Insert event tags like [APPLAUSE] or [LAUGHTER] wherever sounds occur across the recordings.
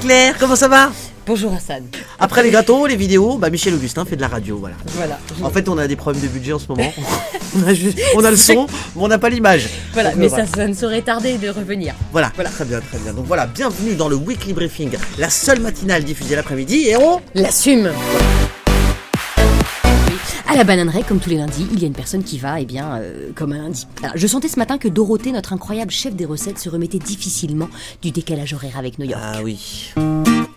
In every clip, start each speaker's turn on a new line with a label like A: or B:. A: Claire, comment ça va
B: Bonjour Hassan.
A: Après les gratos, les vidéos, bah Michel Augustin fait de la radio, voilà.
B: Voilà.
A: En fait, on a des problèmes de budget en ce
B: [LAUGHS]
A: moment. on, a juste- on a le son, mais on n'a pas l'image.
B: Voilà,
A: Donc,
B: mais
A: voilà.
B: ça, ça ne saurait tarder de revenir.
A: Voilà. très bien, très bien. Donc voilà, bienvenue dans le Weekly Briefing, la seule matinale diffusée l'après-midi et on...
B: L'assume à la bananerie, comme tous les lundis, il y a une personne qui va, eh bien, euh, comme un lundi. Alors, je sentais ce matin que Dorothée, notre incroyable chef des recettes, se remettait difficilement du décalage horaire avec New York.
A: Ah oui.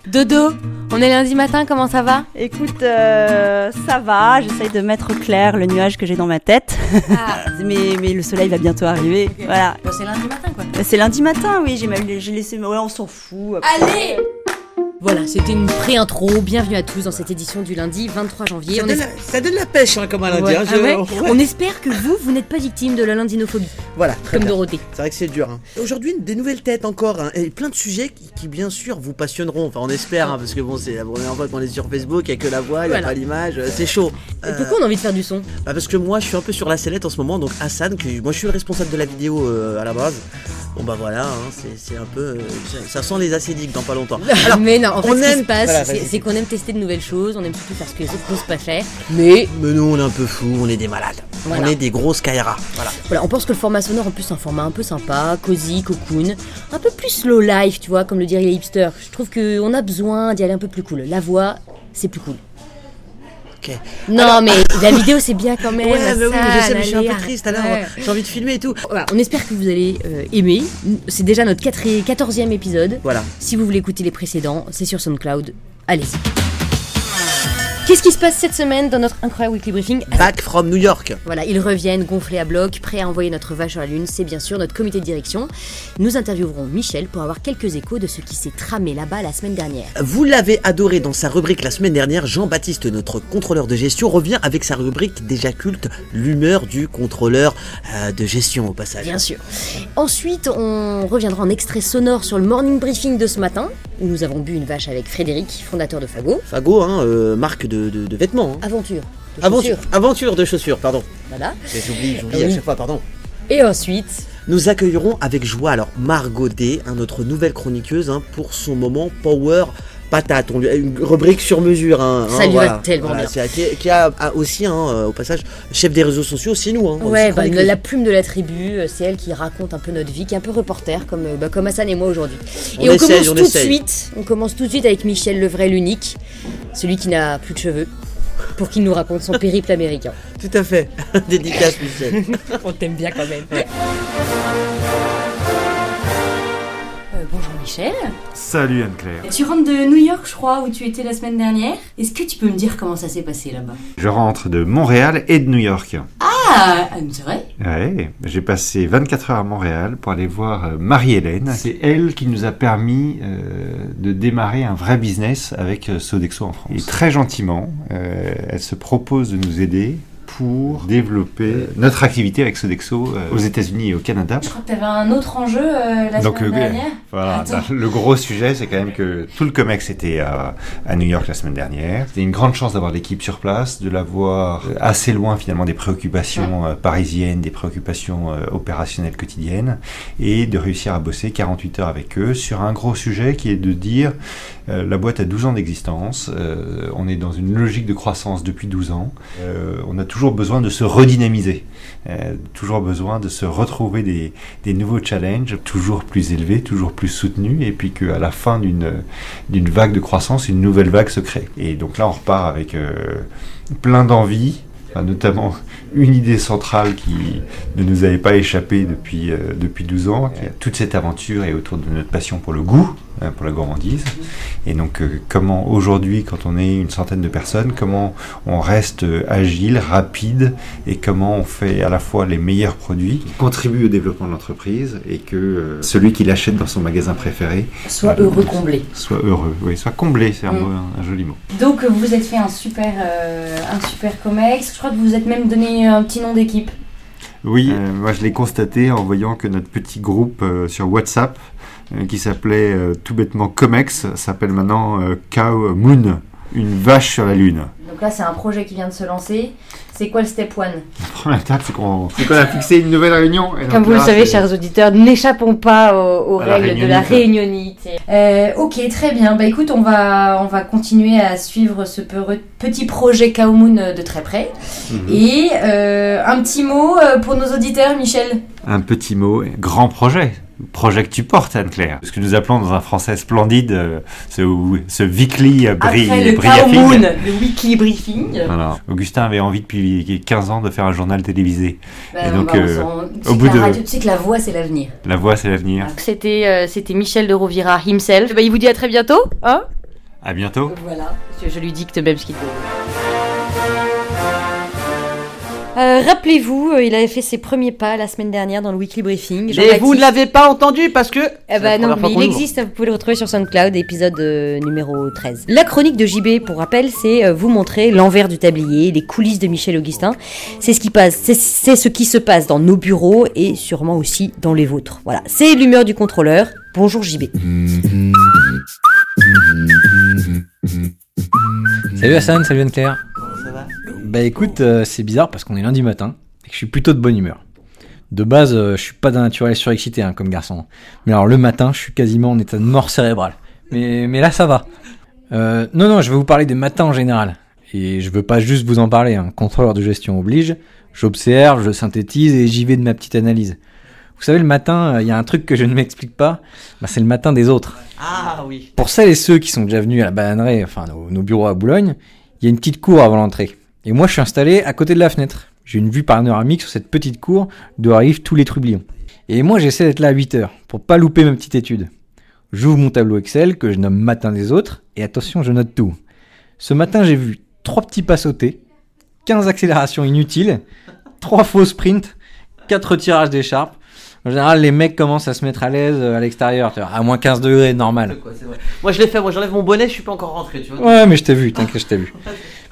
B: Dodo, on est lundi matin, comment ça va
C: Écoute, euh, ça va, j'essaye de mettre au clair le nuage que j'ai dans ma tête. [LAUGHS] mais, mais le soleil va bientôt arriver. Voilà.
B: Eh ben, C'est lundi matin, quoi.
C: C'est lundi matin, oui, j'ai même j'ai laissé. Ouais, on s'en fout.
B: Allez Voilà, c'était une pré-intro. Bienvenue à tous dans cette édition du lundi 23 janvier.
A: Ça
B: On
A: donne,
B: espère-
A: la, ça donne la pêche hein, comme un lundi.
B: Ouais.
A: hein,
B: Ah
A: je-
B: ouais
A: ouais.
B: On espère que vous, vous n'êtes pas victime de la lundinophobie,
A: Voilà, très
B: comme
A: bien.
B: Dorothée.
A: C'est vrai que c'est dur. hein. Aujourd'hui, des nouvelles têtes encore, hein, et plein de sujets qui, qui, bien sûr vous passionneront. Enfin, on espère, hein, parce que bon, c'est la première fois qu'on est sur Facebook, il y a que la voix, il n'y a
B: Voilà.
A: pas l'image, euh, c'est chaud.
B: Et
A: Euh,
B: pourquoi on a envie de faire du son
A: bah parce que moi, je suis un peu sur la sellette en ce moment, donc Hassan, que moi je suis le responsable de la vidéo euh, à la base. Bon bah voilà, hein, c'est- c'est un peu, euh, ça- ça sent les acédiques dans pas longtemps. [LAUGHS] Alors,
B: mais non, en fait,
A: on
B: ce qui
A: aime-
B: se passe,
A: Voilà,
B: c'est
A: vas-y.
B: c'est qu'on aime tester de nouvelles choses, on aime surtout faire ce que les autres posent pas cher. [LAUGHS] Mais
A: mais nous, on est un peu fous, on est des malades,
B: Voilà.
A: on est des grosses Kaira. Voilà.
B: voilà, on pense que le format sonore, en plus, c'est un format un peu sympa, cosy, cocoon, un peu plus slow life, tu vois, comme le diraient les hipsters. Je trouve qu'on a besoin d'y aller un peu plus cool. La voix, c'est plus cool.
A: Ok.
B: Non,
A: [LAUGHS]
B: mais la vidéo, c'est bien quand même.
A: Ouais, mais oui,
B: Hassan,
A: je sais, mais je suis un
B: allez,
A: peu triste. Alors,
B: ouais.
A: j'ai envie de filmer et tout.
B: Voilà, on espère que vous allez euh, aimer. C'est déjà notre 4 14e épisode.
A: Voilà.
B: Si vous voulez écouter les précédents, c'est sur SoundCloud. Allez-y. Qu'est-ce qui se passe cette semaine dans notre incroyable weekly briefing
A: Back from New York.
B: Voilà, ils reviennent gonflés à bloc, prêts à envoyer notre vache à la lune. C'est bien sûr notre comité de direction. Nous interviewerons Michel pour avoir quelques échos de ce qui s'est tramé là-bas la semaine dernière.
A: Vous l'avez adoré dans sa rubrique la semaine dernière, Jean-Baptiste, notre contrôleur de gestion, revient avec sa rubrique déjà culte, l'humeur du contrôleur euh, de gestion au passage.
B: Bien sûr. Ensuite, on reviendra en extrait sonore sur le morning briefing de ce matin, où nous avons bu une vache avec Frédéric, fondateur de Fago.
A: Fago, hein, euh, marque de, de- de vêtements. hein.
B: Aventure. de
A: Aventure,
B: chaussures.
A: aventure de chaussures, pardon.
B: Voilà.
A: Mais J'oublie, j'oublie
B: Oui.
A: à chaque fois, pardon.
B: Et ensuite,
A: Nous accueillerons avec joie alors Margot D, hein, notre nouvelle chroniqueuse, hein, pour son moment Power Patate. On lui a une rubrique sur mesure. hein,
B: Ça
A: hein,
B: lui va
A: voilà.
B: tellement
A: Voilà,
B: bien.
A: c'est- Qui, qui a, a aussi, hein, euh, au passage, chef des réseaux sociaux, c'est nous. Hein,
B: ouais,
A: aussi
B: bah,
A: chroniqueuse.
B: la plume de la tribu, euh, c'est elle qui raconte un peu notre vie, qui est un peu reporter, comme, euh, bah, comme Hassan et moi aujourd'hui.
A: On
B: Et on
A: essaye,
B: commence
A: on
B: tout
A: essaye.
B: de suite. On commence tout de suite avec Michel le vrai, l'unique, celui qui n'a plus de cheveux, pour qu'il nous raconte son périple américain.
A: Tout à fait. [LAUGHS] Dédicace, Michel.
B: [LAUGHS] on t'aime bien quand même. Euh, bonjour Michel.
D: Salut Anne-Claire.
B: Tu rentres de New York, je crois, où tu étais la semaine dernière. Est-ce que tu peux me dire comment ça s'est passé là-bas
D: Je rentre de Montréal et de New York.
B: Ah, c'est vrai
D: Ouais, j'ai passé 24 heures à Montréal pour aller voir euh, Marie-Hélène. C'est elle qui nous a permis euh, de démarrer un vrai business avec euh, Sodexo en France. Et très gentiment, euh, elle se propose de nous aider pour développer euh, notre activité avec Sodexo euh, aux États-Unis et au Canada.
E: Je crois que t'avais un autre enjeu euh, la
D: Donc,
E: semaine
D: euh,
E: dernière.
D: Voilà,
E: Attends.
D: bah, le gros sujet, c'est quand même que tout le COMEX était à, à New York la semaine dernière. C'était une grande chance d'avoir l'équipe sur place, de l'avoir euh, assez loin finalement des préoccupations euh, parisiennes, des préoccupations euh, opérationnelles quotidiennes, et de réussir à bosser 48 heures avec eux sur un gros sujet qui est de dire euh, la boîte a 12 ans d'existence, euh, on est dans une logique de croissance depuis 12 ans, euh, on a toujours besoin de se redynamiser, euh, toujours besoin de se retrouver des, des nouveaux challenges toujours plus élevés, toujours plus soutenus, et puis qu'à la fin d'une d'une vague de croissance, une nouvelle vague se crée. Et donc là, on repart avec euh, plein d'envie, enfin, notamment [LAUGHS] une idée centrale qui ne nous avait pas échappé depuis, euh, depuis 12 ans. qui est Toute cette aventure est autour de notre passion pour le goût, hein, pour la gourmandise. Et donc, euh, comment aujourd'hui, quand on est une centaine de personnes, comment on reste euh, agile, rapide, et comment on fait à la fois les meilleurs produits qui contribuent au développement de l'entreprise et que euh, celui qui l'achète dans son magasin préféré
B: Sois heureux comblé.
D: soit heureux, oui, soit comblé, c'est un, mot- un- un joli mot.
E: Donc euh, vous vous êtes fait un super, euh, un super comex. Je crois que vous vous êtes même donné un petit nom d'équipe.
D: Oui, euh, moi je l'ai constaté en voyant que notre petit groupe euh, sur WhatsApp, euh, qui s'appelait euh, tout bêtement Comex, s'appelle maintenant euh, Cow Moon. une vache sur la lune.
E: Donc là, c'est un projet qui vient de se lancer. C'est quoi le step one
D: La première étape, c'est qu'on c'est qu'on a fixé une nouvelle réunion. Et donc
B: Comme vous
D: là,
B: le savez,
D: c'est-
B: chers auditeurs, n'échappons pas aux, aux
D: À la
B: règles de la réunionite.
E: Euh, ok, très bien. Bah écoute, on va, on va continuer à suivre ce peu- petit projet Kaomoon euh, de très près.
D: Mhm.
E: Et euh, un petit mot euh, pour nos auditeurs, Michel.
D: Un petit mot, grand projet. Projet que tu portes, Anne-Claire. Ce que nous appelons dans un français splendide, euh, ce, ce weekly euh, bri-
E: Après le
D: briefing.
E: Kaomoon, le weekly briefing.
D: Voilà. Augustin avait envie depuis 15 ans de faire un journal télévisé.
E: Bah,
D: Et
E: on
D: donc,
E: va- on
D: euh,
E: s'en- tu
D: au
E: sais
D: bout
E: que la
D: de-
E: radio, tu sais que la voix, c'est l'avenir.
D: La voix, c'est l'avenir.
B: C'était euh, c'était Michel de Rovira himself. Bah, il vous dit à très bientôt, hein
D: À bientôt.
E: Voilà.
B: Je, je lui dicte même ce qu'il veut. Euh, Rappelez-vous, euh, il avait fait ses premiers pas la semaine dernière dans le weekly briefing.
C: Et
B: Jean-Baptiste-
C: vous ne l'avez pas entendu parce que.
B: Eh
C: C'est
B: ben non,
C: la première fois
B: mais
C: qu'on
B: il
C: le voit.
B: existe, vous pouvez le retrouver sur SoundCloud, épisode euh, numéro 13. La chronique de JB, pour rappel, c'est euh, vous montrer l'envers du tablier, les coulisses de Michel Augustin. C'est ce qui passe, c'est- c'est ce qui se passe dans nos bureaux et sûrement aussi dans les vôtres. Voilà, c'est l'humeur du contrôleur. Bonjour JB.
F: Salut Hassan, salut Anne-Claire.
G: Ça va
F: Bah écoute, euh, c'est bizarre parce qu'on est lundi matin et que je suis plutôt de bonne humeur. De base, euh, je suis pas d'un naturel surexcité hein, comme garçon. Mais alors le matin, je suis quasiment en état de mort cérébrale. Mais, mais là, ça va. Euh, non, non, je vais vous parler des matins en général. Et je veux pas juste vous en parler, hein. contrôleur de gestion oblige. J'observe, je synthétise et j'y vais de ma petite analyse. Vous savez, le matin, euh, il y a un truc que je ne m'explique pas, bah, c'est le matin des autres.
G: Ah oui.
F: Pour celles et ceux qui sont déjà venus à la bananerie, enfin nos, nos bureaux à Boulogne, il y a une petite cour avant l'entrée. Et moi, je suis installé à côté de la fenêtre. J'ai une vue panoramique sur cette petite cour d'où arrivent tous les trublions. Et moi, j'essaie d'être là à 8 heures pour pas louper ma petite étude. J'ouvre mon tableau Excel que je nomme Matin des autres et attention, je note tout. Ce matin, j'ai vu trois petits pas sautés, 15 accélérations inutiles, trois faux sprints, quatre tirages d'écharpe. En général, les mecs commencent à se mettre à l'aise euh, à l'extérieur, tu vois, à moins 15 degrés, normal.
A: Quoi, c'est vrai. Moi je l'ai fait, moi j'enlève mon bonnet, je suis pas encore rentré, tu vois.
F: Ouais, mais je t'ai vu, t'inquiète, je t'ai vu.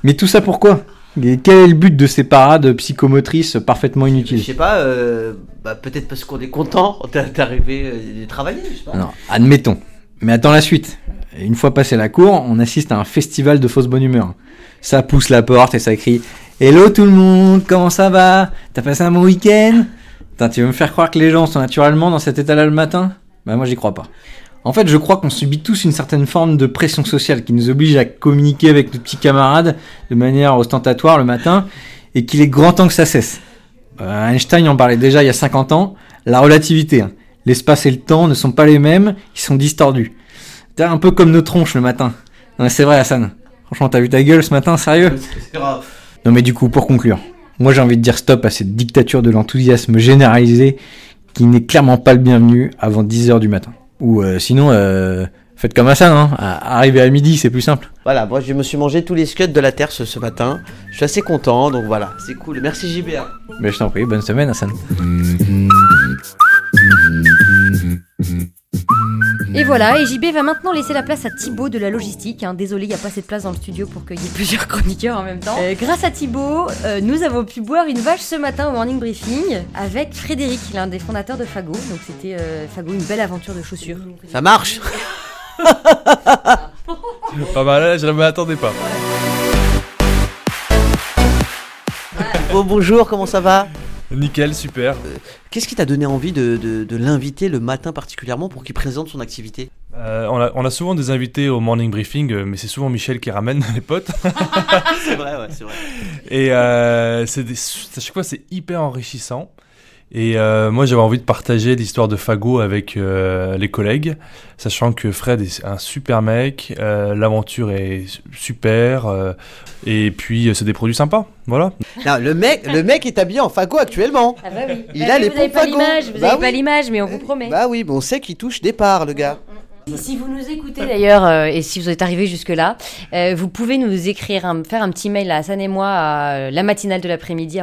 F: Mais tout ça pourquoi Et quel est le but de ces parades psychomotrices parfaitement
A: Je
F: inutiles
A: sais pas, euh, bah, peut-être parce qu'on est content [LAUGHS] d'a- d'arriver euh, de travailler, je sais pas.
F: Alors, admettons. Mais attends la suite. Et Une fois passé la cour, on assiste à un festival de fausse bonne humeur. Ça pousse la porte et ça crie Hello tout le monde, comment ça va T'as passé un bon week-end Putain, tu veux me faire croire que les gens sont naturellement dans cet état-là le matin Bah moi j'y crois pas. En fait, je crois qu'on subit tous une certaine forme de pression sociale qui nous oblige à communiquer avec nos petits camarades de manière ostentatoire le matin et qu'il est grand temps que ça cesse. Euh, Einstein en parlait déjà il y a 50 ans, la relativité. hein. L'espace et le temps ne sont pas les mêmes, ils sont distordus. T'es un peu comme nos tronches le matin. Non mais c'est vrai Hassan. Franchement, t'as vu ta gueule ce matin, sérieux
A: C'est grave.
F: Non mais du coup, pour conclure, moi j'ai envie de dire stop à cette dictature de l'enthousiasme généralisé qui n'est clairement pas le bienvenu avant 10h du matin. Ou euh, sinon, euh, faites comme Hassan, hein. à- arrivez à midi, c'est plus simple.
A: Voilà, moi je me suis mangé tous les scuds de la terre ce, ce matin. Je suis assez content, donc voilà, c'est cool. Merci JBR.
F: Mais je t'en prie, bonne semaine Hassan.
B: Et
A: Mm.
B: voilà, et JB va maintenant laisser la place à Thibaut de la logistique. hein. Désolé, il n'y a pas assez de place dans le studio pour qu'il y ait [LAUGHS] plusieurs chroniqueurs en même temps. Euh, grâce à Thibaut, euh, nous avons pu boire une vache ce matin au morning briefing avec Frédéric, l'un des fondateurs de Fago. Donc c'était euh, Fago, une belle aventure de chaussures.
A: Ça marche
H: Pas mal, Ah bah là, je ne m'attendais pas.
A: Bon bonjour, comment ça va
H: Nickel, super.
A: Qu'est-ce qui t'a donné envie de, de- de l'inviter le matin particulièrement pour qu'il présente son activité
H: Euh, on, a, on a souvent des invités au morning briefing, euh, mais c'est souvent Michel qui ramène [LAUGHS] les potes.
A: C'est vrai, ouais, c'est vrai.
H: Et euh, c'est des- à chaque fois, c'est hyper enrichissant. Et euh, moi, j'avais envie de partager l'histoire de Fago avec euh, les collègues, sachant que Fred est un super mec, euh, l'aventure est su- super, euh, et puis euh, c'est des produits sympas. Voilà.
A: Non, le, mec, le mec est habillé en fagot actuellement.
B: Ah bah oui.
A: Il a les
B: vous n'avez
A: pompes
B: pas
A: Fago.
B: l'image, vous
A: Bah
B: n'avez
A: oui.
B: pas l'image, mais on vous promet.
A: Bah oui, bon, on sait qu'il touche des parts, le gars.
B: Si vous nous écoutez d'ailleurs, euh, et si vous êtes arrivé jusque-là, euh, vous pouvez nous écrire, un- faire un petit mail à Hassan et moi à euh, la matinale de l'après-midi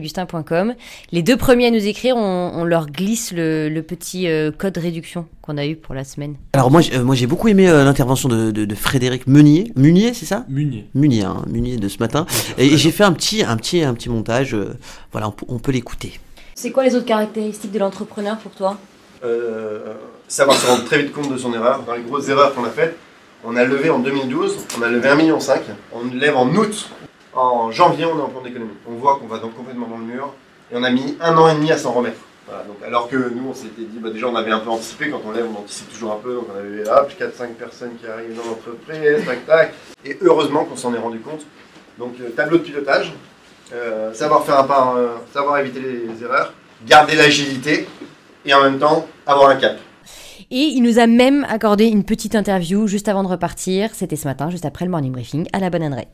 B: michelaugustin.com. Les deux premiers à nous écrire, on, on leur glisse le, le petit euh, code réduction qu'on a eu pour la semaine.
G: Alors moi, j'ai- euh, moi j'ai beaucoup aimé euh, l'intervention de, de- de Frédéric Meunier. Meunier, c'est ça
H: Munier.
G: Meunier, hein, Meunier de ce matin. Et, et j'ai fait un petit, un petit, un petit montage. euh, voilà, on, peut- on peut l'écouter.
I: C'est quoi les autres caractéristiques de l'entrepreneur pour toi
J: Euh, savoir se rendre très vite compte de son erreur, dans les grosses erreurs qu'on a faites, On a levé en 2012, on a levé 1,5 million. On lève en août. En janvier, on est en plan d'économie. On voit qu'on va donc complètement dans le mur. Et on a mis un an et demi à s'en remettre. Voilà, donc, alors que nous, on s'était dit, bah, déjà, on avait un peu anticipé. Quand on lève, on anticipe toujours un peu. Donc, on avait là, 4-5 personnes qui arrivent dans l'entreprise, tac, tac. Et heureusement qu'on s'en est rendu compte. Donc, euh, tableau de pilotage, euh, savoir faire un pas, euh, savoir éviter les erreurs, garder l'agilité et en même temps avoir un cap.
B: Et il nous a même accordé une petite interview juste avant de repartir. C'était ce matin, juste après le morning briefing, à la bananerie.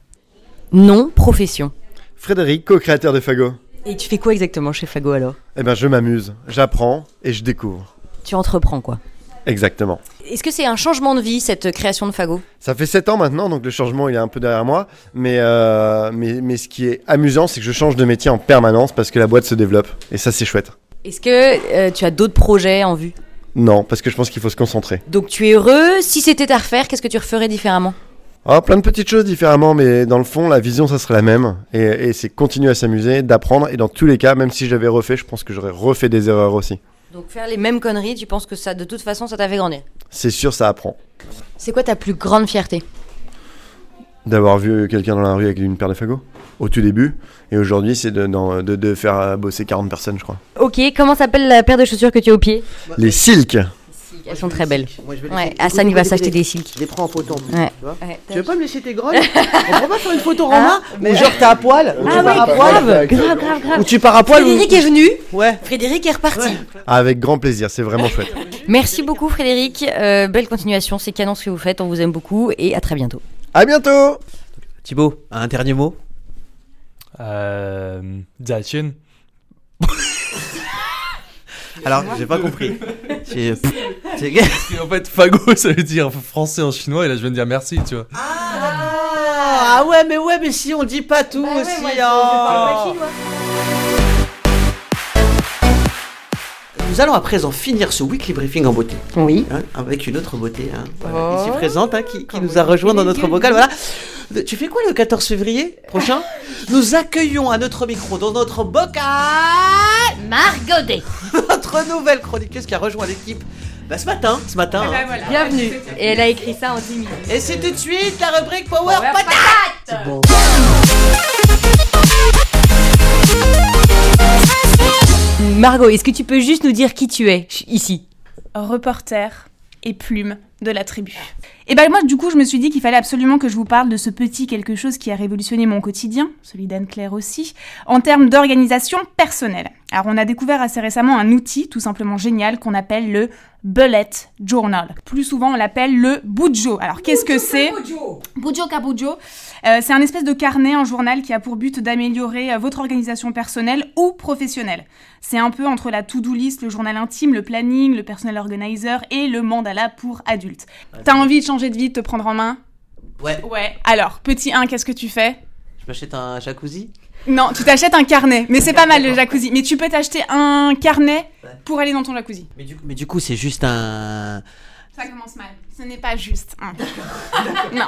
B: Non, profession.
J: Frédéric, co-créateur de Fago.
B: Et tu fais quoi exactement chez Fago alors
J: Eh ben, je m'amuse, j'apprends et je découvre.
B: Tu entreprends quoi
J: Exactement.
B: Est-ce que c'est un changement de vie cette création de Fago
J: Ça fait 7 ans maintenant, donc le changement il est un peu derrière moi. Mais, euh, mais, mais ce qui est amusant, c'est que je change de métier en permanence parce que la boîte se développe. Et ça, c'est chouette.
B: Est-ce que euh, tu as d'autres projets en vue
J: Non, parce que je pense qu'il faut se concentrer.
B: Donc tu es heureux Si c'était à refaire, qu'est-ce que tu referais différemment
J: Ah, plein de petites choses différemment, mais dans le fond, la vision, ça serait la même. Et, et c'est continuer à s'amuser, d'apprendre. Et dans tous les cas, même si j'avais refait, je pense que j'aurais refait des erreurs aussi.
B: Donc faire les mêmes conneries, tu penses que ça, de toute façon, ça t'a fait grandir
J: C'est sûr, ça apprend.
B: C'est quoi ta plus grande fierté
J: D'avoir vu quelqu'un dans la rue avec une paire de fagots au tout début. Et aujourd'hui, c'est de, dans- de- de faire euh, bosser 40 personnes, je crois.
B: Ok, comment s'appelle la paire de chaussures que tu as au pied
J: Les silks
B: Elles sont très belles.
A: Moi, je vais les
B: Ouais,
A: faire-
B: Hassan, il va s'acheter des silks.
A: Je les prends en photo en plus.
B: Ouais.
A: Tu, vois.
B: Ouais.
A: tu veux pas me laisser tes
B: [LAUGHS]
A: grognes On peut pas faire une photo Romain Ou genre t'es à poil Ou tu
B: Ah
A: pars à
B: oui,
A: poil
B: grave, grave, grave, grave.
A: Ou tu pars à poil ou...
B: Frédéric est venu,
A: Ouais.
B: Frédéric est reparti.
J: Avec grand plaisir, c'est [LAUGHS] vraiment chouette.
B: Merci beaucoup Frédéric, Euh, belle continuation, c'est canon ce que vous faites, on vous aime beaucoup et à très bientôt.
J: À bientôt
A: Thibaut, un dernier mot
H: Euh, Datsun.
A: Alors, j'ai pas compris. C'est- C'est
H: Parce que, En fait, fago, [LAUGHS] ça veut dire français en chinois, et là, je viens de dire merci, tu vois.
A: Ah ouais, mais ouais, mais si on dit pas tout
K: Bah
A: aussi. oh. Nous allons à présent finir ce weekly briefing en beauté.
B: Oui.
A: hein, avec une autre beauté hein, voilà,
B: Oh.
A: ici présente hein, qui, qui nous a rejoint dans notre bocal. Voilà. Le- Tu fais quoi le 14 février [LAUGHS] prochain Nous accueillons à notre micro, dans notre bocal,
B: Margot Day.
A: notre nouvelle chroniqueuse qui a rejoint l'équipe bah, ce matin. Ce matin. hein.
B: Bienvenue. Et elle a écrit ça en 10 minutes.
A: Et c'est tout de suite la rubrique Power, Patate
B: Margot, est-ce que tu peux juste nous dire qui tu es ch- ici
K: reporter et plume de la tribu. Et ben moi du coup je me suis dit qu'il fallait absolument que je vous parle de ce petit quelque chose qui a révolutionné mon quotidien, celui d'Anne-Claire aussi, en termes d'organisation personnelle. Alors on a découvert assez récemment un outil tout simplement génial qu'on appelle le bullet journal. Plus souvent on l'appelle le bujo. Alors qu'est-ce que c'est Bujo Kabujo, euh, c'est un espèce de carnet, un journal qui a pour but d'améliorer euh, votre organisation personnelle ou professionnelle. C'est un peu entre la to-do list, le journal intime, le planning, le personal organizer et le mandala pour adultes. T'as envie de changer de vie, de te prendre en main
A: Ouais,
K: Ouais. Alors, petit 1, qu'est-ce que tu fais
A: je m'achète un jacuzzi.
K: Non, tu t'achètes un carnet, mais c'est pas mal le jacuzzi. Mais tu peux t'acheter un carnet
A: Ouais.
K: pour aller dans ton jacuzzi.
A: Mais du, mais du coup, c'est juste un.
K: Ça commence mal. Ce n'est pas juste. hein. non.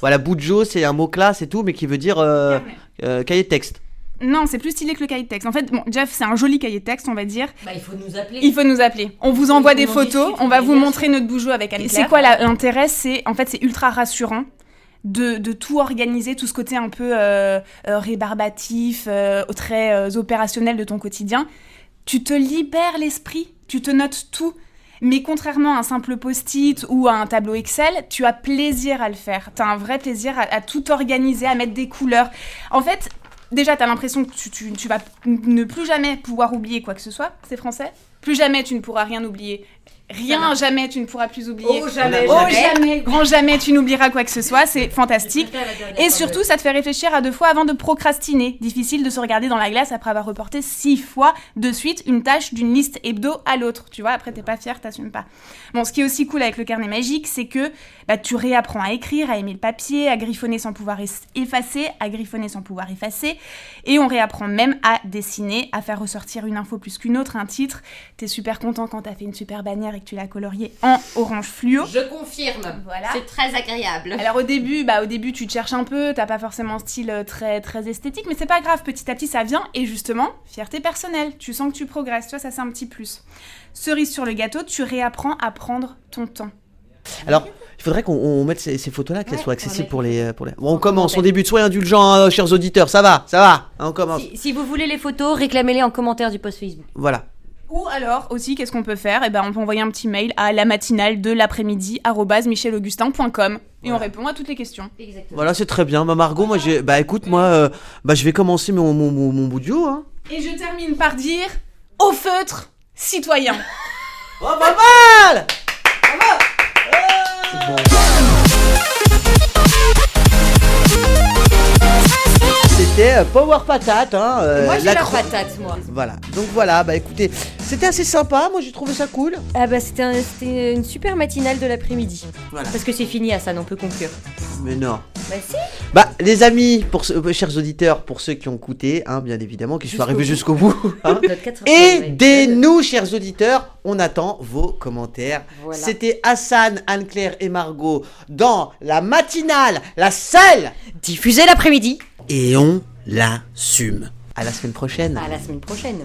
A: Voilà, Bujo, c'est un mot classe et tout, mais qui veut dire euh,
K: Carnet.
A: euh, cahier de texte.
K: Non, c'est plus stylé que le cahier de texte. En fait, bon, Jeff, c'est un joli cahier de texte, on va dire.
I: Bah, il faut nous appeler.
K: Il faut nous appeler. On vous envoie des
I: on
K: photos,
I: discute,
K: on va
I: on
K: vous
I: discute.
K: montrer notre bougeot avec Anne.
I: Et
K: C'est quoi la- l'intérêt C'est en fait c'est ultra rassurant. De, de tout organiser, tout ce côté un peu euh, euh, rébarbatif, euh, très euh, opérationnel de ton quotidien. Tu te libères l'esprit, tu te notes tout. Mais contrairement à un simple post-it ou à un tableau Excel, tu as plaisir à le faire. Tu as un vrai plaisir à, à tout organiser, à mettre des couleurs. En fait, déjà, tu as l'impression que tu, tu- tu vas ne plus jamais pouvoir oublier quoi que ce soit. C'est français Plus jamais tu ne pourras rien oublier. Rien, jamais tu ne pourras plus oublier.
I: jamais,
K: Oh, jamais, grand jamais tu n'oublieras quoi que ce soit. C'est fantastique. Et surtout, ça te fait réfléchir à deux fois avant de procrastiner. Difficile de se regarder dans la glace après avoir reporté six fois de suite une tâche d'une liste hebdo à l'autre. Tu vois, après, t'es pas fier, t'assumes pas. Bon, ce qui est aussi cool avec le carnet magique, c'est que bah, tu réapprends à écrire, à aimer le papier, à griffonner sans pouvoir es- effacer, à griffonner sans pouvoir effacer. Et on réapprend même à dessiner, à faire ressortir une info plus qu'une autre, un titre. T'es super content quand t'as fait une super bannière et que tu l'as coloriée en orange fluo.
B: Je confirme.
K: Voilà.
B: C'est très agréable.
K: Alors au début, bah au début tu te cherches un peu, t'as pas forcément un style euh, très très esthétique, mais c'est pas grave, petit à petit ça vient et justement fierté personnelle, tu sens que tu progresses, tu vois ça c'est un petit plus. Cerise sur le gâteau, tu réapprends à prendre ton temps.
A: Alors, Il faudrait qu'on on mette ces, ces photos-là, qu'elles soient accessibles pour les, euh, pour les. Bon, on commence, on débute. Soyez indulgents, euh, chers auditeurs. Ça va, ça va. hein, on commence.
I: Si, si vous voulez les photos, réclamez-les en commentaire du post Facebook.
A: Voilà.
K: Ou alors aussi, qu'est-ce qu'on peut faire Eh ben, on peut envoyer un petit mail à la matinale de l'après-midi arobase michelaugustin.com et on répond à toutes les questions.
A: Voilà, c'est très bien. Bah, Margot, moi, j'ai. Bah, écoute, moi, euh, bah, je vais commencer mon, mon, mon, mon bout de duo, hein.
K: Et je termine par dire au feutre, citoyen.
A: Oh, pas mal C'était euh, Power Patate, hein. euh,
B: Moi j'ai
A: la
B: la
A: cro-
B: patate, moi.
A: Voilà. Donc voilà, bah écoutez, c'était assez sympa. Moi, j'ai trouvé ça cool.
B: Ah bah c'était un- c'était une super matinale de l'après-midi.
A: Voilà.
B: Parce que c'est fini, Hassan, on peut conclure.
A: Mais non.
B: Bah si
A: Bah, les amis, pour ceux- euh, chers auditeurs, pour ceux qui ont coûté, hein, bien évidemment, qui sont arrivés jusqu'au [LAUGHS] bout. hein.
B: Notre quatre-
A: Aidez-nous, chers auditeurs. On attend vos commentaires.
B: Voilà.
A: C'était Hassan, Anne-Claire et Margot dans la matinale, la seule.
B: Diffusez l'après-midi
A: Et on l'assume. À la semaine prochaine.
B: À la semaine prochaine